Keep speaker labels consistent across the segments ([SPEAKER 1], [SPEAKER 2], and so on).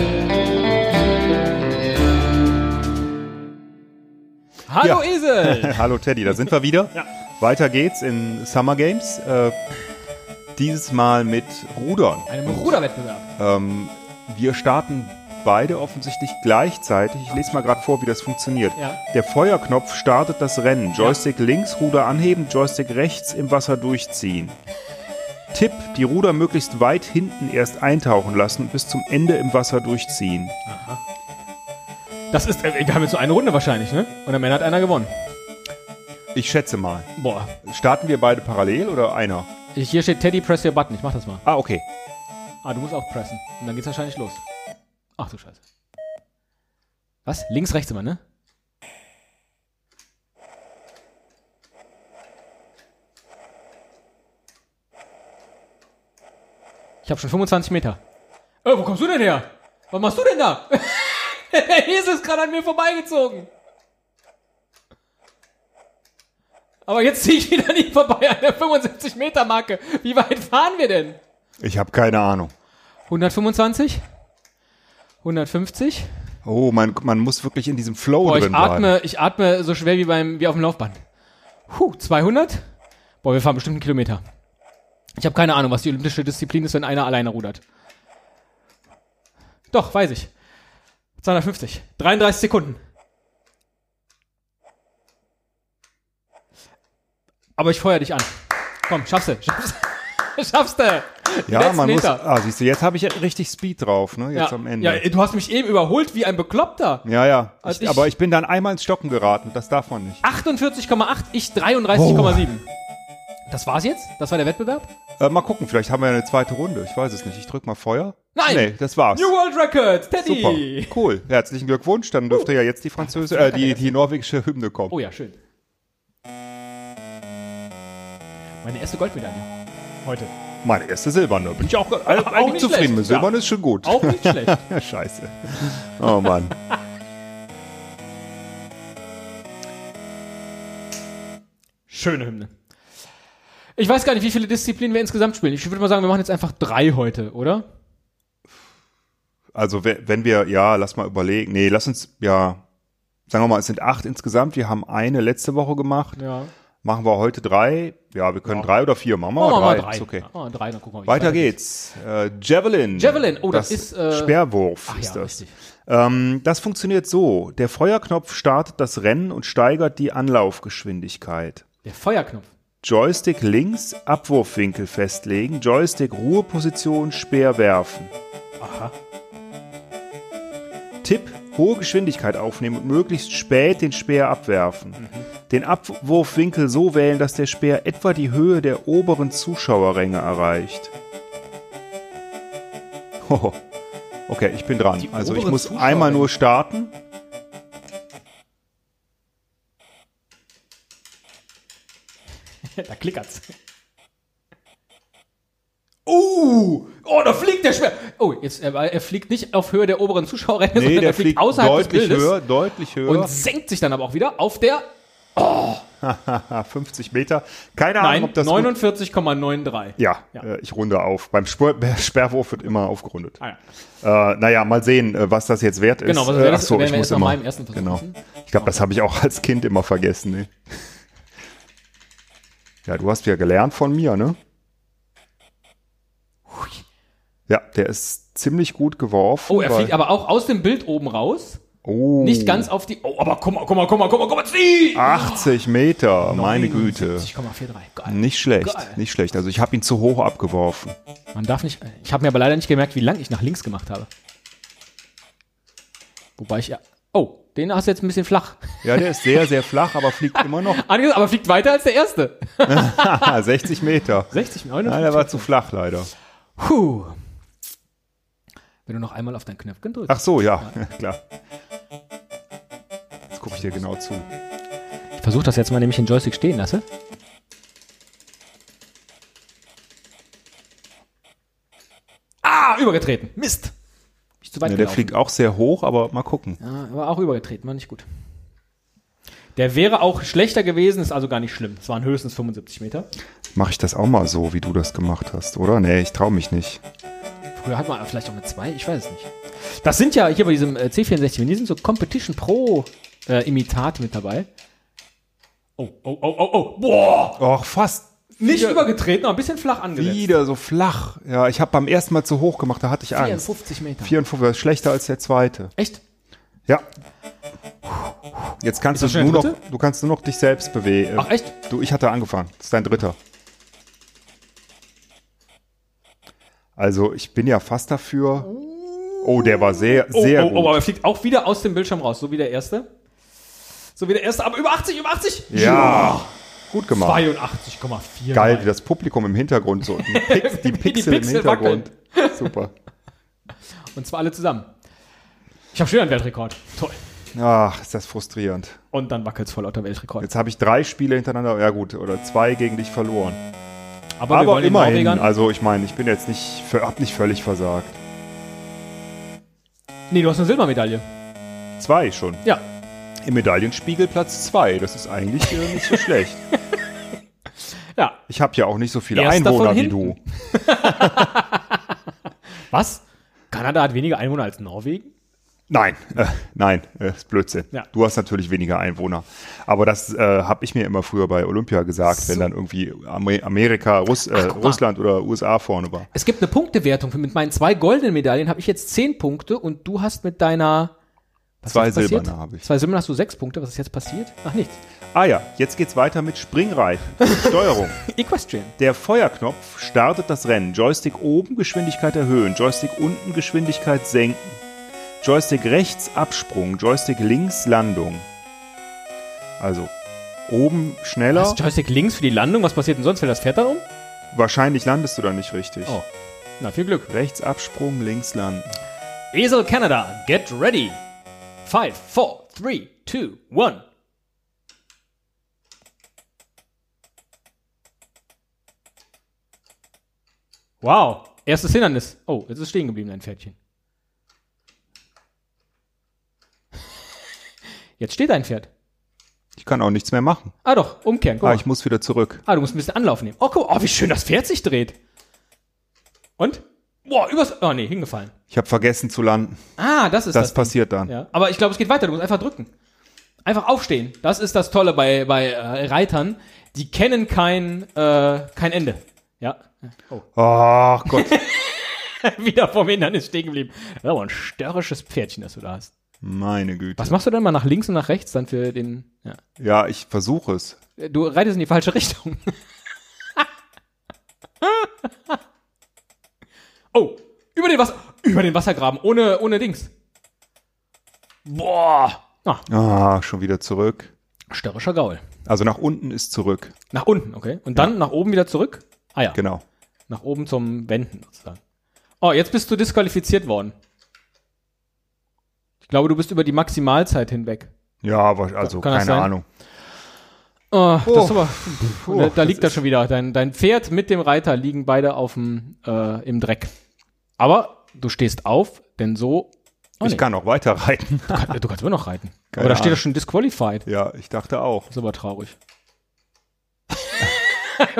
[SPEAKER 1] Teddy. Hallo Teddy, da sind wir wieder.
[SPEAKER 2] Ja.
[SPEAKER 1] Weiter geht's in Summer Games. Äh, dieses Mal mit Rudern.
[SPEAKER 3] Einem Ruderwettbewerb.
[SPEAKER 1] Ähm, wir starten beide offensichtlich gleichzeitig. Ich lese mal gerade vor, wie das funktioniert.
[SPEAKER 3] Ja.
[SPEAKER 1] Der Feuerknopf startet das Rennen. Joystick links, Ruder anheben, Joystick rechts im Wasser durchziehen. Tipp, die Ruder möglichst weit hinten erst eintauchen lassen und bis zum Ende im Wasser durchziehen.
[SPEAKER 3] Das ist, äh, wir haben jetzt nur eine Runde wahrscheinlich, ne? Und am Ende hat einer gewonnen.
[SPEAKER 1] Ich schätze mal.
[SPEAKER 3] Boah.
[SPEAKER 1] Starten wir beide parallel oder einer?
[SPEAKER 3] Ich, hier steht Teddy, press your button. Ich mach das mal.
[SPEAKER 1] Ah, okay.
[SPEAKER 3] Ah, du musst auch pressen. Und dann geht's wahrscheinlich los. Ach du Scheiße. Was? Links, rechts immer, ne? Ich habe schon 25 Meter. Äh, wo kommst du denn her? Was machst du denn da? Der Esel ist gerade an mir vorbeigezogen. Aber jetzt ziehe ich wieder nicht vorbei an der 75-Meter-Marke. Wie weit fahren wir denn?
[SPEAKER 1] Ich habe keine Ahnung.
[SPEAKER 3] 125? 150?
[SPEAKER 1] Oh, man, man muss wirklich in diesem Flow
[SPEAKER 3] Boah,
[SPEAKER 1] drin
[SPEAKER 3] ich
[SPEAKER 1] bleiben.
[SPEAKER 3] atme, ich atme so schwer wie beim wie auf dem Laufband. Huh, 200? Boah, wir fahren bestimmt einen Kilometer. Ich habe keine Ahnung, was die olympische Disziplin ist, wenn einer alleine rudert. Doch, weiß ich. 250. 33 Sekunden. Aber ich feuer dich an. Komm, schaffst du, schaffst du. Schaffst du.
[SPEAKER 1] Ja,
[SPEAKER 3] letzten
[SPEAKER 1] man muss.
[SPEAKER 3] Meter.
[SPEAKER 1] Ah, siehst du, jetzt habe ich richtig Speed drauf, ne? Jetzt am Ende.
[SPEAKER 3] Ja, du hast mich eben überholt wie ein Bekloppter.
[SPEAKER 1] Ja, ja.
[SPEAKER 3] Also
[SPEAKER 1] ich,
[SPEAKER 3] ich-
[SPEAKER 1] aber ich bin dann einmal ins Stocken geraten. Das darf man nicht.
[SPEAKER 3] 48,8, ich 33,7. Das war's jetzt? Das war der Wettbewerb?
[SPEAKER 1] Äh, mal gucken, vielleicht haben wir ja eine zweite Runde. Ich weiß es nicht. Ich drück mal Feuer.
[SPEAKER 3] Nein!
[SPEAKER 1] Nee, das war's.
[SPEAKER 3] New World Record,
[SPEAKER 1] Super.
[SPEAKER 3] Teddy!
[SPEAKER 1] Cool. Herzlichen Glückwunsch. Dann dürfte ja jetzt die französische, äh, die, die norwegische Hymne kommen.
[SPEAKER 3] Oh ja, schön. Meine erste Goldmedaille. Heute.
[SPEAKER 1] Meine erste silberne. Bin ich auch, äh, eigentlich
[SPEAKER 3] nicht
[SPEAKER 1] zufrieden
[SPEAKER 3] schlecht.
[SPEAKER 1] mit. Silbern ist schon gut.
[SPEAKER 3] Auch nicht schlecht.
[SPEAKER 1] Scheiße. Oh Mann.
[SPEAKER 3] Schöne Hymne. Ich weiß gar nicht, wie viele Disziplinen wir insgesamt spielen. Ich würde mal sagen, wir machen jetzt einfach drei heute, oder?
[SPEAKER 1] Also we- wenn wir, ja, lass mal überlegen. Nee, lass uns, ja, sagen wir mal, es sind acht insgesamt. Wir haben eine letzte Woche gemacht.
[SPEAKER 3] Ja.
[SPEAKER 1] Machen wir heute drei. Ja, wir können drei oder vier. Machen wir
[SPEAKER 3] Machen wir
[SPEAKER 1] mal
[SPEAKER 3] mal
[SPEAKER 1] Oh, drei.
[SPEAKER 3] drei.
[SPEAKER 1] Ist okay.
[SPEAKER 3] Machen wir drei, dann gucken wir wie es
[SPEAKER 1] Weiter geht's. Äh, Javelin.
[SPEAKER 3] Javelin. Oh, das ist, äh,
[SPEAKER 1] Speerwurf
[SPEAKER 3] Ach
[SPEAKER 1] ist
[SPEAKER 3] ja,
[SPEAKER 1] das.
[SPEAKER 3] richtig.
[SPEAKER 1] Ähm, das funktioniert so. Der Feuerknopf startet das Rennen und steigert die Anlaufgeschwindigkeit.
[SPEAKER 3] Der Feuerknopf.
[SPEAKER 1] Joystick links, Abwurfwinkel festlegen. Joystick Ruheposition, Speer werfen.
[SPEAKER 3] Aha.
[SPEAKER 1] Tipp, hohe Geschwindigkeit aufnehmen und möglichst spät den Speer abwerfen.
[SPEAKER 3] Mhm.
[SPEAKER 1] Den Abwurfwinkel so wählen, dass der Speer etwa die Höhe der oberen Zuschauerränge erreicht. Hoho. Okay, ich bin dran.
[SPEAKER 3] Die
[SPEAKER 1] also ich
[SPEAKER 3] oberen
[SPEAKER 1] muss
[SPEAKER 3] Zuschauerränge. Also,
[SPEAKER 1] einmal nur starten.
[SPEAKER 3] Da klickert's. Uh, oh, da fliegt der schwer. Oh, jetzt er, er fliegt nicht auf Höhe der oberen Zuschauerränge,
[SPEAKER 1] Nee,
[SPEAKER 3] sondern
[SPEAKER 1] der
[SPEAKER 3] er fliegt
[SPEAKER 1] fliegt
[SPEAKER 3] außerhalb des
[SPEAKER 1] deutlich
[SPEAKER 3] Bildes
[SPEAKER 1] höher, deutlich höher.
[SPEAKER 3] und senkt sich dann aber auch wieder auf der
[SPEAKER 1] Ah, 50 Meter. Keine
[SPEAKER 3] nein
[SPEAKER 1] Ahnung, ob das gut-
[SPEAKER 3] 49,93.
[SPEAKER 1] Ja,
[SPEAKER 3] Ja.
[SPEAKER 1] Äh, ich runde auf. Beim Spur Sperrwurf wird immer aufgerundet.
[SPEAKER 3] Ah, ja.
[SPEAKER 1] Äh, naja, mal sehen, äh, was das jetzt wert ist.
[SPEAKER 3] Genau, was
[SPEAKER 1] äh,
[SPEAKER 3] wäre das?
[SPEAKER 1] ach so,
[SPEAKER 3] Wären
[SPEAKER 1] ich
[SPEAKER 3] wir
[SPEAKER 1] muss
[SPEAKER 3] erst nach
[SPEAKER 1] immer,
[SPEAKER 3] meinem ersten Versuch
[SPEAKER 1] Genau.
[SPEAKER 3] müssen?
[SPEAKER 1] Ich glaube, das habe ich auch als Kind immer vergessen. Ne? Ja, du hast ja gelernt von mir, ne? Ja, der ist ziemlich gut geworfen.
[SPEAKER 3] Oh, er
[SPEAKER 1] weil-
[SPEAKER 3] fliegt aber auch aus dem Bild oben raus,
[SPEAKER 1] oh,
[SPEAKER 3] nicht ganz auf die. Oh, aber guck mal, guck mal, guck mal, guck mal, guck mal, fliegt!
[SPEAKER 1] 80 Meter, meine Güte.
[SPEAKER 3] 70,43. Geil.
[SPEAKER 1] Nicht schlecht,
[SPEAKER 3] Oh, Geil.
[SPEAKER 1] nicht schlecht. Also ich habe ihn zu hoch abgeworfen.
[SPEAKER 3] Man darf nicht. äh, Ich habe mir aber leider nicht gemerkt, wie lang ich nach links gemacht habe. Wobei ich ja. Oh, den hast du jetzt ein bisschen flach.
[SPEAKER 1] Ja, der ist sehr, sehr flach, aber fliegt immer noch
[SPEAKER 3] Ange- Aber fliegt weiter als der erste.
[SPEAKER 1] Ah, 60 Meter.
[SPEAKER 3] 60,
[SPEAKER 1] Nein,
[SPEAKER 3] 59.
[SPEAKER 1] der war zu flach leider.
[SPEAKER 3] Puh. Wenn du noch einmal auf dein Knöpfchen drückst.
[SPEAKER 1] Ach so, ja, klar. Jetzt gucke ich dir genau zu.
[SPEAKER 3] Ich versuche das jetzt mal, nämlich den Joystick stehen lasse. Ah, übergetreten. Mist. Ist zu weit
[SPEAKER 1] Ja, der
[SPEAKER 3] gelaufen.
[SPEAKER 1] fliegt auch sehr hoch, aber mal gucken.
[SPEAKER 3] Ja, war auch übergetreten, war nicht gut. Der wäre auch schlechter gewesen, ist also gar nicht schlimm. Es waren höchstens 75 Meter.
[SPEAKER 1] Mache ich das auch mal so, wie du das gemacht hast, oder? Nee, ich traue mich nicht.
[SPEAKER 3] Früher hat man vielleicht auch mit zwei, ich weiß es nicht. Das sind ja hier bei diesem äh, C64, die sind so Competition Pro äh, Imitate mit dabei.
[SPEAKER 2] Oh, oh, oh, oh, oh. Boah!
[SPEAKER 1] Och, fast
[SPEAKER 3] Nicht übergetreten, aber ein bisschen flach angesetzt.
[SPEAKER 1] wieder so flach. Ja, ich habe beim ersten Mal zu hoch gemacht, da hatte ich Angst.
[SPEAKER 3] 54 Meter.
[SPEAKER 1] 54, das ist schlechter als der zweite.
[SPEAKER 3] Echt?
[SPEAKER 1] Ja. Jetzt kannst
[SPEAKER 3] das
[SPEAKER 1] du
[SPEAKER 3] schon
[SPEAKER 1] nur
[SPEAKER 3] der
[SPEAKER 1] noch,
[SPEAKER 3] dritte?
[SPEAKER 1] du kannst nur noch dich selbst bewegen.
[SPEAKER 3] Ach, echt?
[SPEAKER 1] Du, ich hatte angefangen. Das ist dein dritter. Also, ich bin ja fast dafür. Oh, der war sehr,
[SPEAKER 2] Oh,
[SPEAKER 1] sehr
[SPEAKER 2] oh,
[SPEAKER 1] gut.
[SPEAKER 2] oh,
[SPEAKER 1] Oh,
[SPEAKER 2] aber
[SPEAKER 3] Er fliegt auch wieder aus dem Bildschirm raus, so wie der erste. So wie der erste, aber über 80, über 80.
[SPEAKER 1] ja. Gut gemacht.
[SPEAKER 2] 82,4.
[SPEAKER 1] Geil, wie das Publikum im Hintergrund so. Die, Pix, die
[SPEAKER 3] Wie die
[SPEAKER 1] Pixel im
[SPEAKER 3] Pixel
[SPEAKER 1] Hintergrund. Super.
[SPEAKER 3] Und zwar alle zusammen. Ich habe schon einen Weltrekord. Toll.
[SPEAKER 1] Ach, ist das frustrierend.
[SPEAKER 3] Und dann wackelt's vor lauter Weltrekord.
[SPEAKER 1] Jetzt habe ich drei Spiele hintereinander, ja gut, oder zwei gegen dich verloren.
[SPEAKER 3] Aber, wir
[SPEAKER 1] Aber
[SPEAKER 3] wollen den
[SPEAKER 1] immerhin,
[SPEAKER 3] Norwegern-
[SPEAKER 1] also ich meine, ich bin jetzt nicht, vö- hab nicht völlig versagt.
[SPEAKER 3] Nee, du hast eine Silbermedaille.
[SPEAKER 1] Zwei schon.
[SPEAKER 3] Ja.
[SPEAKER 1] Im Medaillenspiegel Platz zwei. Das ist eigentlich äh, nicht so schlecht.
[SPEAKER 3] Ja.
[SPEAKER 1] Ich habe ja auch nicht so viele
[SPEAKER 3] Erster von
[SPEAKER 1] Einwohner wie du.
[SPEAKER 3] hinten. Was? Kanada hat weniger Einwohner als Norwegen?
[SPEAKER 1] Nein, äh, nein, äh, ist Blödsinn.
[SPEAKER 3] Ja.
[SPEAKER 1] Du hast natürlich weniger Einwohner. Aber das äh, habe ich mir immer früher bei Olympia gesagt, wenn dann irgendwie Amer Amerika, Russ, äh,
[SPEAKER 3] guck mal.
[SPEAKER 1] Russland oder USA vorne war.
[SPEAKER 3] Es gibt eine Punktewertung. Mit meinen zwei goldenen Medaillen habe ich jetzt zehn Punkte und du hast mit deiner was
[SPEAKER 1] Zwei
[SPEAKER 3] ist passiert?
[SPEAKER 1] silberne habe ich.
[SPEAKER 3] Zwei silberne hast du sechs Punkte. Was ist jetzt passiert? Ach nichts.
[SPEAKER 1] Ah ja, jetzt geht's weiter mit Springreifen. Steuerung.
[SPEAKER 3] Equestrian.
[SPEAKER 1] Der Feuerknopf startet das Rennen. Joystick oben Geschwindigkeit erhöhen, Joystick unten Geschwindigkeit senken. Joystick rechts Absprung, Joystick links Landung. Also oben schneller,
[SPEAKER 3] Das Joystick links für die Landung. Was passiert denn sonst? Fällt das Pferd dann um?
[SPEAKER 1] wahrscheinlich landest du da nicht richtig.
[SPEAKER 3] Oh. Na, viel Glück.
[SPEAKER 1] Rechts Absprung, links landen.
[SPEAKER 3] Esel Canada, get ready. Five, four, three, two, one. Wow. Erstes Hindernis. Oh, jetzt ist stehen geblieben, dein Pferdchen. Jetzt steht ein Pferd.
[SPEAKER 1] Ich kann auch nichts mehr machen.
[SPEAKER 3] Ah doch, umkehren. Guck
[SPEAKER 1] Ah,
[SPEAKER 3] mal.
[SPEAKER 1] ich muss wieder zurück.
[SPEAKER 3] Ah, du musst ein bisschen Anlauf nehmen. Oh, guck, oh, wie schön das Pferd sich dreht. Und? Boah, übers... Oh nee, hingefallen.
[SPEAKER 1] Ich habe vergessen zu landen.
[SPEAKER 3] Ah, das ist
[SPEAKER 1] Das,
[SPEAKER 3] das.
[SPEAKER 1] passiert dann.
[SPEAKER 3] Ja, aber ich glaube, es geht weiter. Du musst einfach drücken. Einfach aufstehen. Das ist das Tolle bei, bei äh, Reitern. Die kennen kein, äh, kein Ende. Ja. Oh.
[SPEAKER 1] Ach Gott.
[SPEAKER 3] Wieder vom Hindernis stehen geblieben. Das ist aber ein störrisches Pferdchen, das du da hast.
[SPEAKER 1] Meine Güte.
[SPEAKER 3] Was machst du denn mal nach links und nach rechts dann für den. Ja.
[SPEAKER 1] Ja, ich versuche es.
[SPEAKER 3] Du reitest in die falsche Richtung. oh, über den Wasser. Über den Wassergraben, ohne, ohne Dings. Boah. Ah,
[SPEAKER 1] Ah, schon wieder zurück.
[SPEAKER 3] störrischer Gaul.
[SPEAKER 1] Also nach unten ist zurück.
[SPEAKER 3] Nach unten, okay. Und dann nach oben wieder zurück? Ah ja,
[SPEAKER 1] Genau.
[SPEAKER 3] nach oben zum Wenden sozusagen. Oh, jetzt bist du disqualifiziert worden. Ich glaube, du bist über die Maximalzeit hinweg.
[SPEAKER 1] Ja, aber also
[SPEAKER 3] Kann das
[SPEAKER 1] keine
[SPEAKER 3] sein?
[SPEAKER 1] Ahnung.
[SPEAKER 3] Oh, das ist aber,
[SPEAKER 1] Oh,
[SPEAKER 3] da, da liegt
[SPEAKER 1] das
[SPEAKER 3] er schon wieder. Dein, dein Pferd mit dem Reiter liegen beide auf dem, äh, im Dreck. Aber du stehst auf, denn so. Oh,
[SPEAKER 1] ich
[SPEAKER 3] nee.
[SPEAKER 1] kann auch weiter reiten.
[SPEAKER 3] du, kann, du kannst immer noch reiten.
[SPEAKER 1] Keine
[SPEAKER 3] aber da steht
[SPEAKER 1] Ahnung.
[SPEAKER 3] doch schon disqualified.
[SPEAKER 1] Ja, ich dachte auch.
[SPEAKER 3] Ist aber traurig.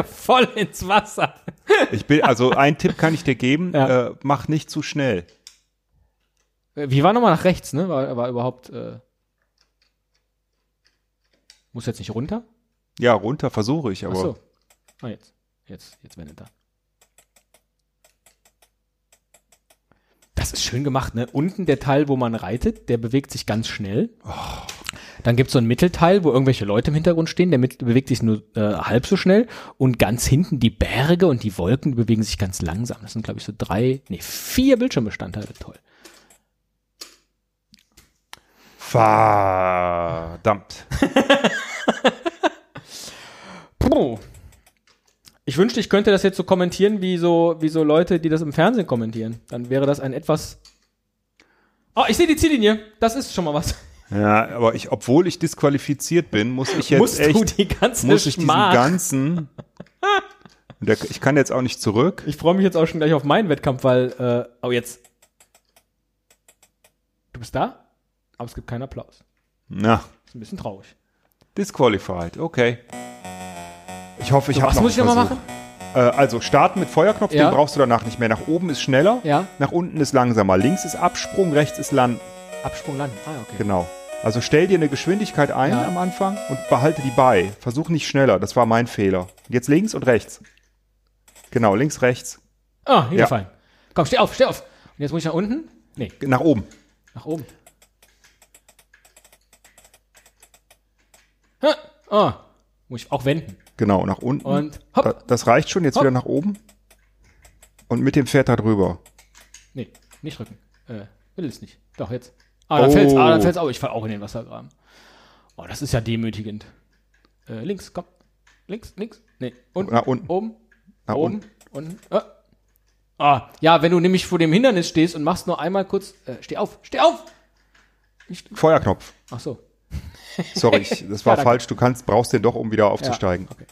[SPEAKER 3] Voll ins Wasser.
[SPEAKER 1] Ich bin, also einen Tipp kann ich dir geben,
[SPEAKER 3] Ja.
[SPEAKER 1] äh, mach nicht zu schnell.
[SPEAKER 3] Äh, Wie war nochmal nach rechts, ne? War, war überhaupt. Äh, muss jetzt nicht runter?
[SPEAKER 1] Ja, runter versuche ich, aber
[SPEAKER 3] Achso. Ah, jetzt. Jetzt, jetzt wendet er. Das ist schön gemacht, ne? Unten der Teil, wo man reitet, der bewegt sich ganz schnell. Dann gibt es so einen Mittelteil, wo irgendwelche Leute im Hintergrund stehen, der mit, bewegt sich nur äh, halb so schnell. Und ganz hinten die Berge und die Wolken bewegen sich ganz langsam. Das sind, glaube ich, so drei, nee, vier Bildschirmbestandteile. Toll.
[SPEAKER 1] verdammt.
[SPEAKER 3] Puh. Ich wünschte, ich könnte das jetzt so kommentieren, wie so, wie so Leute, die das im Fernsehen kommentieren. Dann wäre das ein etwas. Oh, ich sehe die Ziellinie. Das ist schon mal was.
[SPEAKER 1] Ja, aber ich, obwohl ich disqualifiziert bin, muss ich jetzt
[SPEAKER 3] Musst du
[SPEAKER 1] echt,
[SPEAKER 3] die ganze
[SPEAKER 1] muss ich diesen
[SPEAKER 3] Schmach-
[SPEAKER 1] ganzen, Und der, ich kann jetzt auch nicht zurück.
[SPEAKER 3] Ich freue mich jetzt auch schon gleich auf meinen Wettkampf, weil. Äh, oh, jetzt. Du bist da, aber es gibt keinen Applaus.
[SPEAKER 1] Na,
[SPEAKER 3] Ist ein bisschen traurig.
[SPEAKER 1] disqualified, okay. Ich hoffe, ich habe
[SPEAKER 3] was
[SPEAKER 1] noch
[SPEAKER 3] muss ich
[SPEAKER 1] einen
[SPEAKER 3] nochmal
[SPEAKER 1] Versuch. Äh, also starten mit Feuerknopf,
[SPEAKER 3] Ja.
[SPEAKER 1] den brauchst du danach nicht mehr. Nach oben ist schneller,
[SPEAKER 3] Ja.
[SPEAKER 1] nach unten ist langsamer. Links ist Absprung, rechts ist Landen.
[SPEAKER 3] Absprung landen. Ah, okay.
[SPEAKER 1] Genau. Also stell dir eine Geschwindigkeit ein
[SPEAKER 3] Ja.
[SPEAKER 1] am Anfang und behalte die bei. Versuch nicht schneller, das war mein Fehler. Jetzt links und rechts. Genau, links, rechts.
[SPEAKER 3] Ah, hingefallen. Komm, steh auf, steh auf. Und jetzt muss ich nach unten? Nee,
[SPEAKER 1] Nach oben.
[SPEAKER 3] nach oben. Ha, ah, muss ich auch wenden.
[SPEAKER 1] Genau, nach unten.
[SPEAKER 3] Und
[SPEAKER 1] Da,
[SPEAKER 3] hopp.
[SPEAKER 1] das reicht schon, jetzt
[SPEAKER 3] Hopp.
[SPEAKER 1] wieder nach oben. Und mit dem Pferd da drüber.
[SPEAKER 3] Nee, nicht rücken. Äh, will es nicht. Doch, jetzt. Ah, da fällt's, ah, da fällt's auch. Ich fall auch in den Wassergraben. Oh, das ist ja demütigend. Äh, links, komm. Links, links. Nee, unten.
[SPEAKER 1] Nach unten.
[SPEAKER 3] Oben,
[SPEAKER 1] Nach
[SPEAKER 3] oben, unten. Ah. Ah, ja, wenn du nämlich vor dem Hindernis stehst und machst nur einmal kurz, äh, steh auf, steh auf!
[SPEAKER 1] Feuerknopf.
[SPEAKER 3] Ach so.
[SPEAKER 1] Sorry, ich, das war
[SPEAKER 3] Ja, danke.
[SPEAKER 1] falsch. Du kannst, brauchst den doch, um wieder aufzusteigen.
[SPEAKER 3] okay.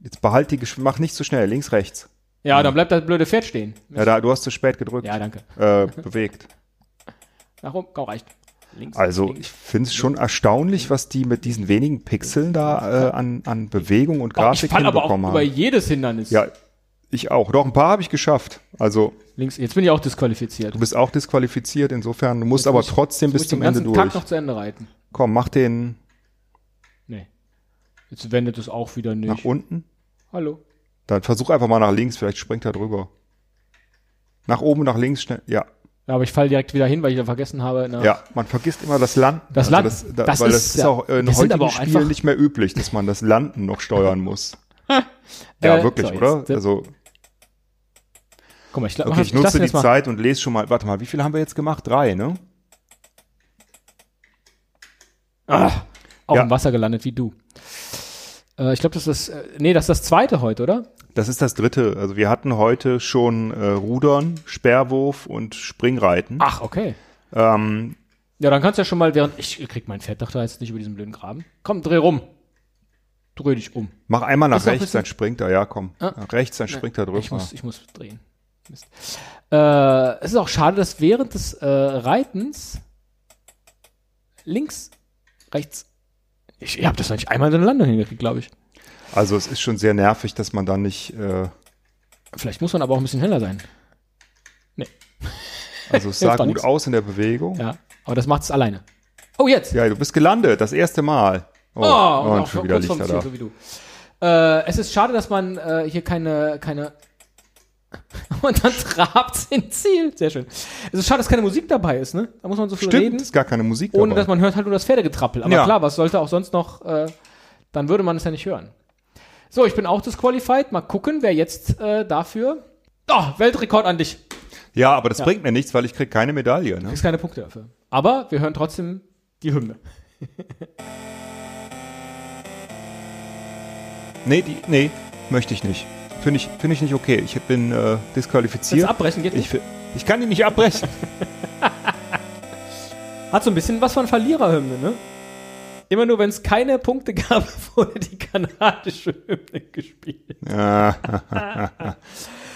[SPEAKER 1] Jetzt behalt die Geschwindigkeit. Mach nicht zu schnell. Links, rechts.
[SPEAKER 3] Ja, dann bleibt das blöde Pferd stehen.
[SPEAKER 1] Ja, da, du hast zu spät gedrückt.
[SPEAKER 3] Ja, danke.
[SPEAKER 1] Äh, bewegt.
[SPEAKER 3] Nach oben, komm, reicht. Links.
[SPEAKER 1] Also, ich
[SPEAKER 3] links.
[SPEAKER 1] finde es schon erstaunlich, was die mit diesen wenigen Pixeln da äh, an, an Bewegung und
[SPEAKER 3] Oh, ich
[SPEAKER 1] Grafik
[SPEAKER 3] fall aber auch
[SPEAKER 1] hinbekommen
[SPEAKER 3] über
[SPEAKER 1] haben.
[SPEAKER 3] jedes Hindernis.
[SPEAKER 1] Ja, ich auch. Doch, ein paar habe ich geschafft. Also,
[SPEAKER 3] Links, jetzt bin ich auch disqualifiziert.
[SPEAKER 1] du bist auch disqualifiziert. Insofern, du musst aber
[SPEAKER 3] muss ich-
[SPEAKER 1] trotzdem
[SPEAKER 3] Jetzt muss
[SPEAKER 1] bis
[SPEAKER 3] ich den
[SPEAKER 1] zum Ende
[SPEAKER 3] ganzen
[SPEAKER 1] durch.
[SPEAKER 3] Tag noch zu Ende reiten.
[SPEAKER 1] Komm, mach den
[SPEAKER 3] Nee. Jetzt wendet es auch wieder nicht.
[SPEAKER 1] nach unten.
[SPEAKER 3] Hallo.
[SPEAKER 1] Dann versuch einfach mal nach links, vielleicht springt er drüber. Nach oben, nach links, schnell. Ja,
[SPEAKER 3] Ja, aber ich falle direkt wieder hin, weil ich da vergessen habe. Na,
[SPEAKER 1] ja. Man vergisst immer das Landen. Also
[SPEAKER 3] Das Landen,
[SPEAKER 1] Das, da,
[SPEAKER 3] das
[SPEAKER 1] weil
[SPEAKER 3] ist
[SPEAKER 1] das ist
[SPEAKER 3] ja-
[SPEAKER 1] auch äh, in
[SPEAKER 3] wir sind aber
[SPEAKER 1] heutigen
[SPEAKER 3] auch
[SPEAKER 1] Spielen
[SPEAKER 3] einfach-
[SPEAKER 1] nicht mehr üblich, dass man das Landen noch steuern muss.
[SPEAKER 3] Äh,
[SPEAKER 1] Ja, wirklich,
[SPEAKER 3] so, jetzt.
[SPEAKER 1] oder? Also,
[SPEAKER 3] Guck mal, ich, la- mach,
[SPEAKER 1] okay, ich
[SPEAKER 3] lass
[SPEAKER 1] nutze
[SPEAKER 3] ihn
[SPEAKER 1] die
[SPEAKER 3] jetzt mal.
[SPEAKER 1] Zeit und lese schon mal. Warte mal, wie viele haben wir jetzt gemacht? Drei, ne?
[SPEAKER 3] Auch
[SPEAKER 1] Ja.
[SPEAKER 3] im Wasser gelandet, wie du. Äh, ich glaube, das ist. Äh, nee, das ist das zweite heute, oder?
[SPEAKER 1] Das ist das dritte. Also, wir hatten heute schon äh, Rudern, Sperrwurf und Springreiten.
[SPEAKER 3] Ach, okay.
[SPEAKER 1] Ähm,
[SPEAKER 3] Ja, dann kannst du ja schon mal, während. Ich krieg mein Pferd doch da jetzt nicht über diesen blöden Graben. Komm, dreh rum. Dreh dich um.
[SPEAKER 1] mach einmal nach
[SPEAKER 3] Ist noch ein
[SPEAKER 1] rechts,
[SPEAKER 3] bisschen-
[SPEAKER 1] dann springt er. Ja, komm.
[SPEAKER 3] Ah.
[SPEAKER 1] Nach rechts, dann springt er drüber.
[SPEAKER 3] Ich muss, ich muss drehen. Mist. Äh, es ist auch schade, dass während des äh, Reitens links, rechts. Ich, ich habe das noch nicht einmal in eine Landung hingekriegt, glaube ich.
[SPEAKER 1] Also, es ist schon sehr nervig, dass man dann nicht. Äh,
[SPEAKER 3] Vielleicht muss man aber auch ein bisschen schneller sein.
[SPEAKER 1] Also es
[SPEAKER 3] Hilft
[SPEAKER 1] sah
[SPEAKER 3] doch
[SPEAKER 1] gut
[SPEAKER 3] nix.
[SPEAKER 1] aus in der Bewegung. Ja.
[SPEAKER 3] Ja, aber das macht es alleine. Oh, jetzt!
[SPEAKER 1] du bist gelandet, das erste Mal.
[SPEAKER 3] Oh,
[SPEAKER 1] Oh, und
[SPEAKER 3] und auch
[SPEAKER 1] schon
[SPEAKER 3] schon
[SPEAKER 1] wieder
[SPEAKER 3] kurz vorm
[SPEAKER 1] Lichter
[SPEAKER 3] Ziel,
[SPEAKER 1] da.
[SPEAKER 3] so wie du. Äh, es ist schade, dass man äh, hier keine, keine und dann trabt ins Ziel. Sehr schön. Es ist schade, dass keine Musik dabei ist, ne? Da muss man so viel
[SPEAKER 1] Stimmt,
[SPEAKER 3] reden.
[SPEAKER 1] ist gar keine Musik
[SPEAKER 3] Ohne
[SPEAKER 1] dabei.
[SPEAKER 3] dass man hört halt nur das Pferdegetrappel. Aber
[SPEAKER 1] Ja.
[SPEAKER 3] klar, was sollte auch sonst noch, äh, dann würde man es ja nicht hören. So, ich bin auch disqualified. Mal gucken, wer jetzt äh, dafür. Oh, Weltrekord an dich.
[SPEAKER 1] ja, aber das bringt mir nichts, weil ich krieg keine Medaille. Ne?
[SPEAKER 3] Kriegst keine Punkte dafür. Aber wir hören trotzdem die Hymne.
[SPEAKER 1] Nee, die, nee, möchte ich nicht. Finde ich, finde ich nicht okay. Ich bin äh,
[SPEAKER 3] Jetzt
[SPEAKER 1] disqualifiziert.
[SPEAKER 3] abbrechen geht
[SPEAKER 1] Ich,
[SPEAKER 3] nicht.
[SPEAKER 1] fi- ich kann die nicht abbrechen.
[SPEAKER 3] Hat so ein bisschen was von Verliererhymne, ne? Immer nur, wenn es keine Punkte gab, wurde die kanadische Hymne gespielt.
[SPEAKER 1] ja,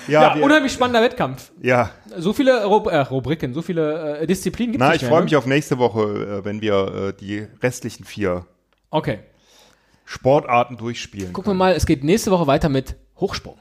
[SPEAKER 3] Ja,
[SPEAKER 1] wir,
[SPEAKER 3] unheimlich spannender Wettkampf.
[SPEAKER 1] ja.
[SPEAKER 3] So viele Rub äh, Rubriken, so viele äh, Disziplinen gibt es
[SPEAKER 1] Na, ich freue mich auf nächste Woche, äh, wenn wir äh, die restlichen vier
[SPEAKER 3] Okay.
[SPEAKER 1] Sportarten durchspielen.
[SPEAKER 3] Gucken wir mal, es geht nächste Woche weiter mit Hochsprung.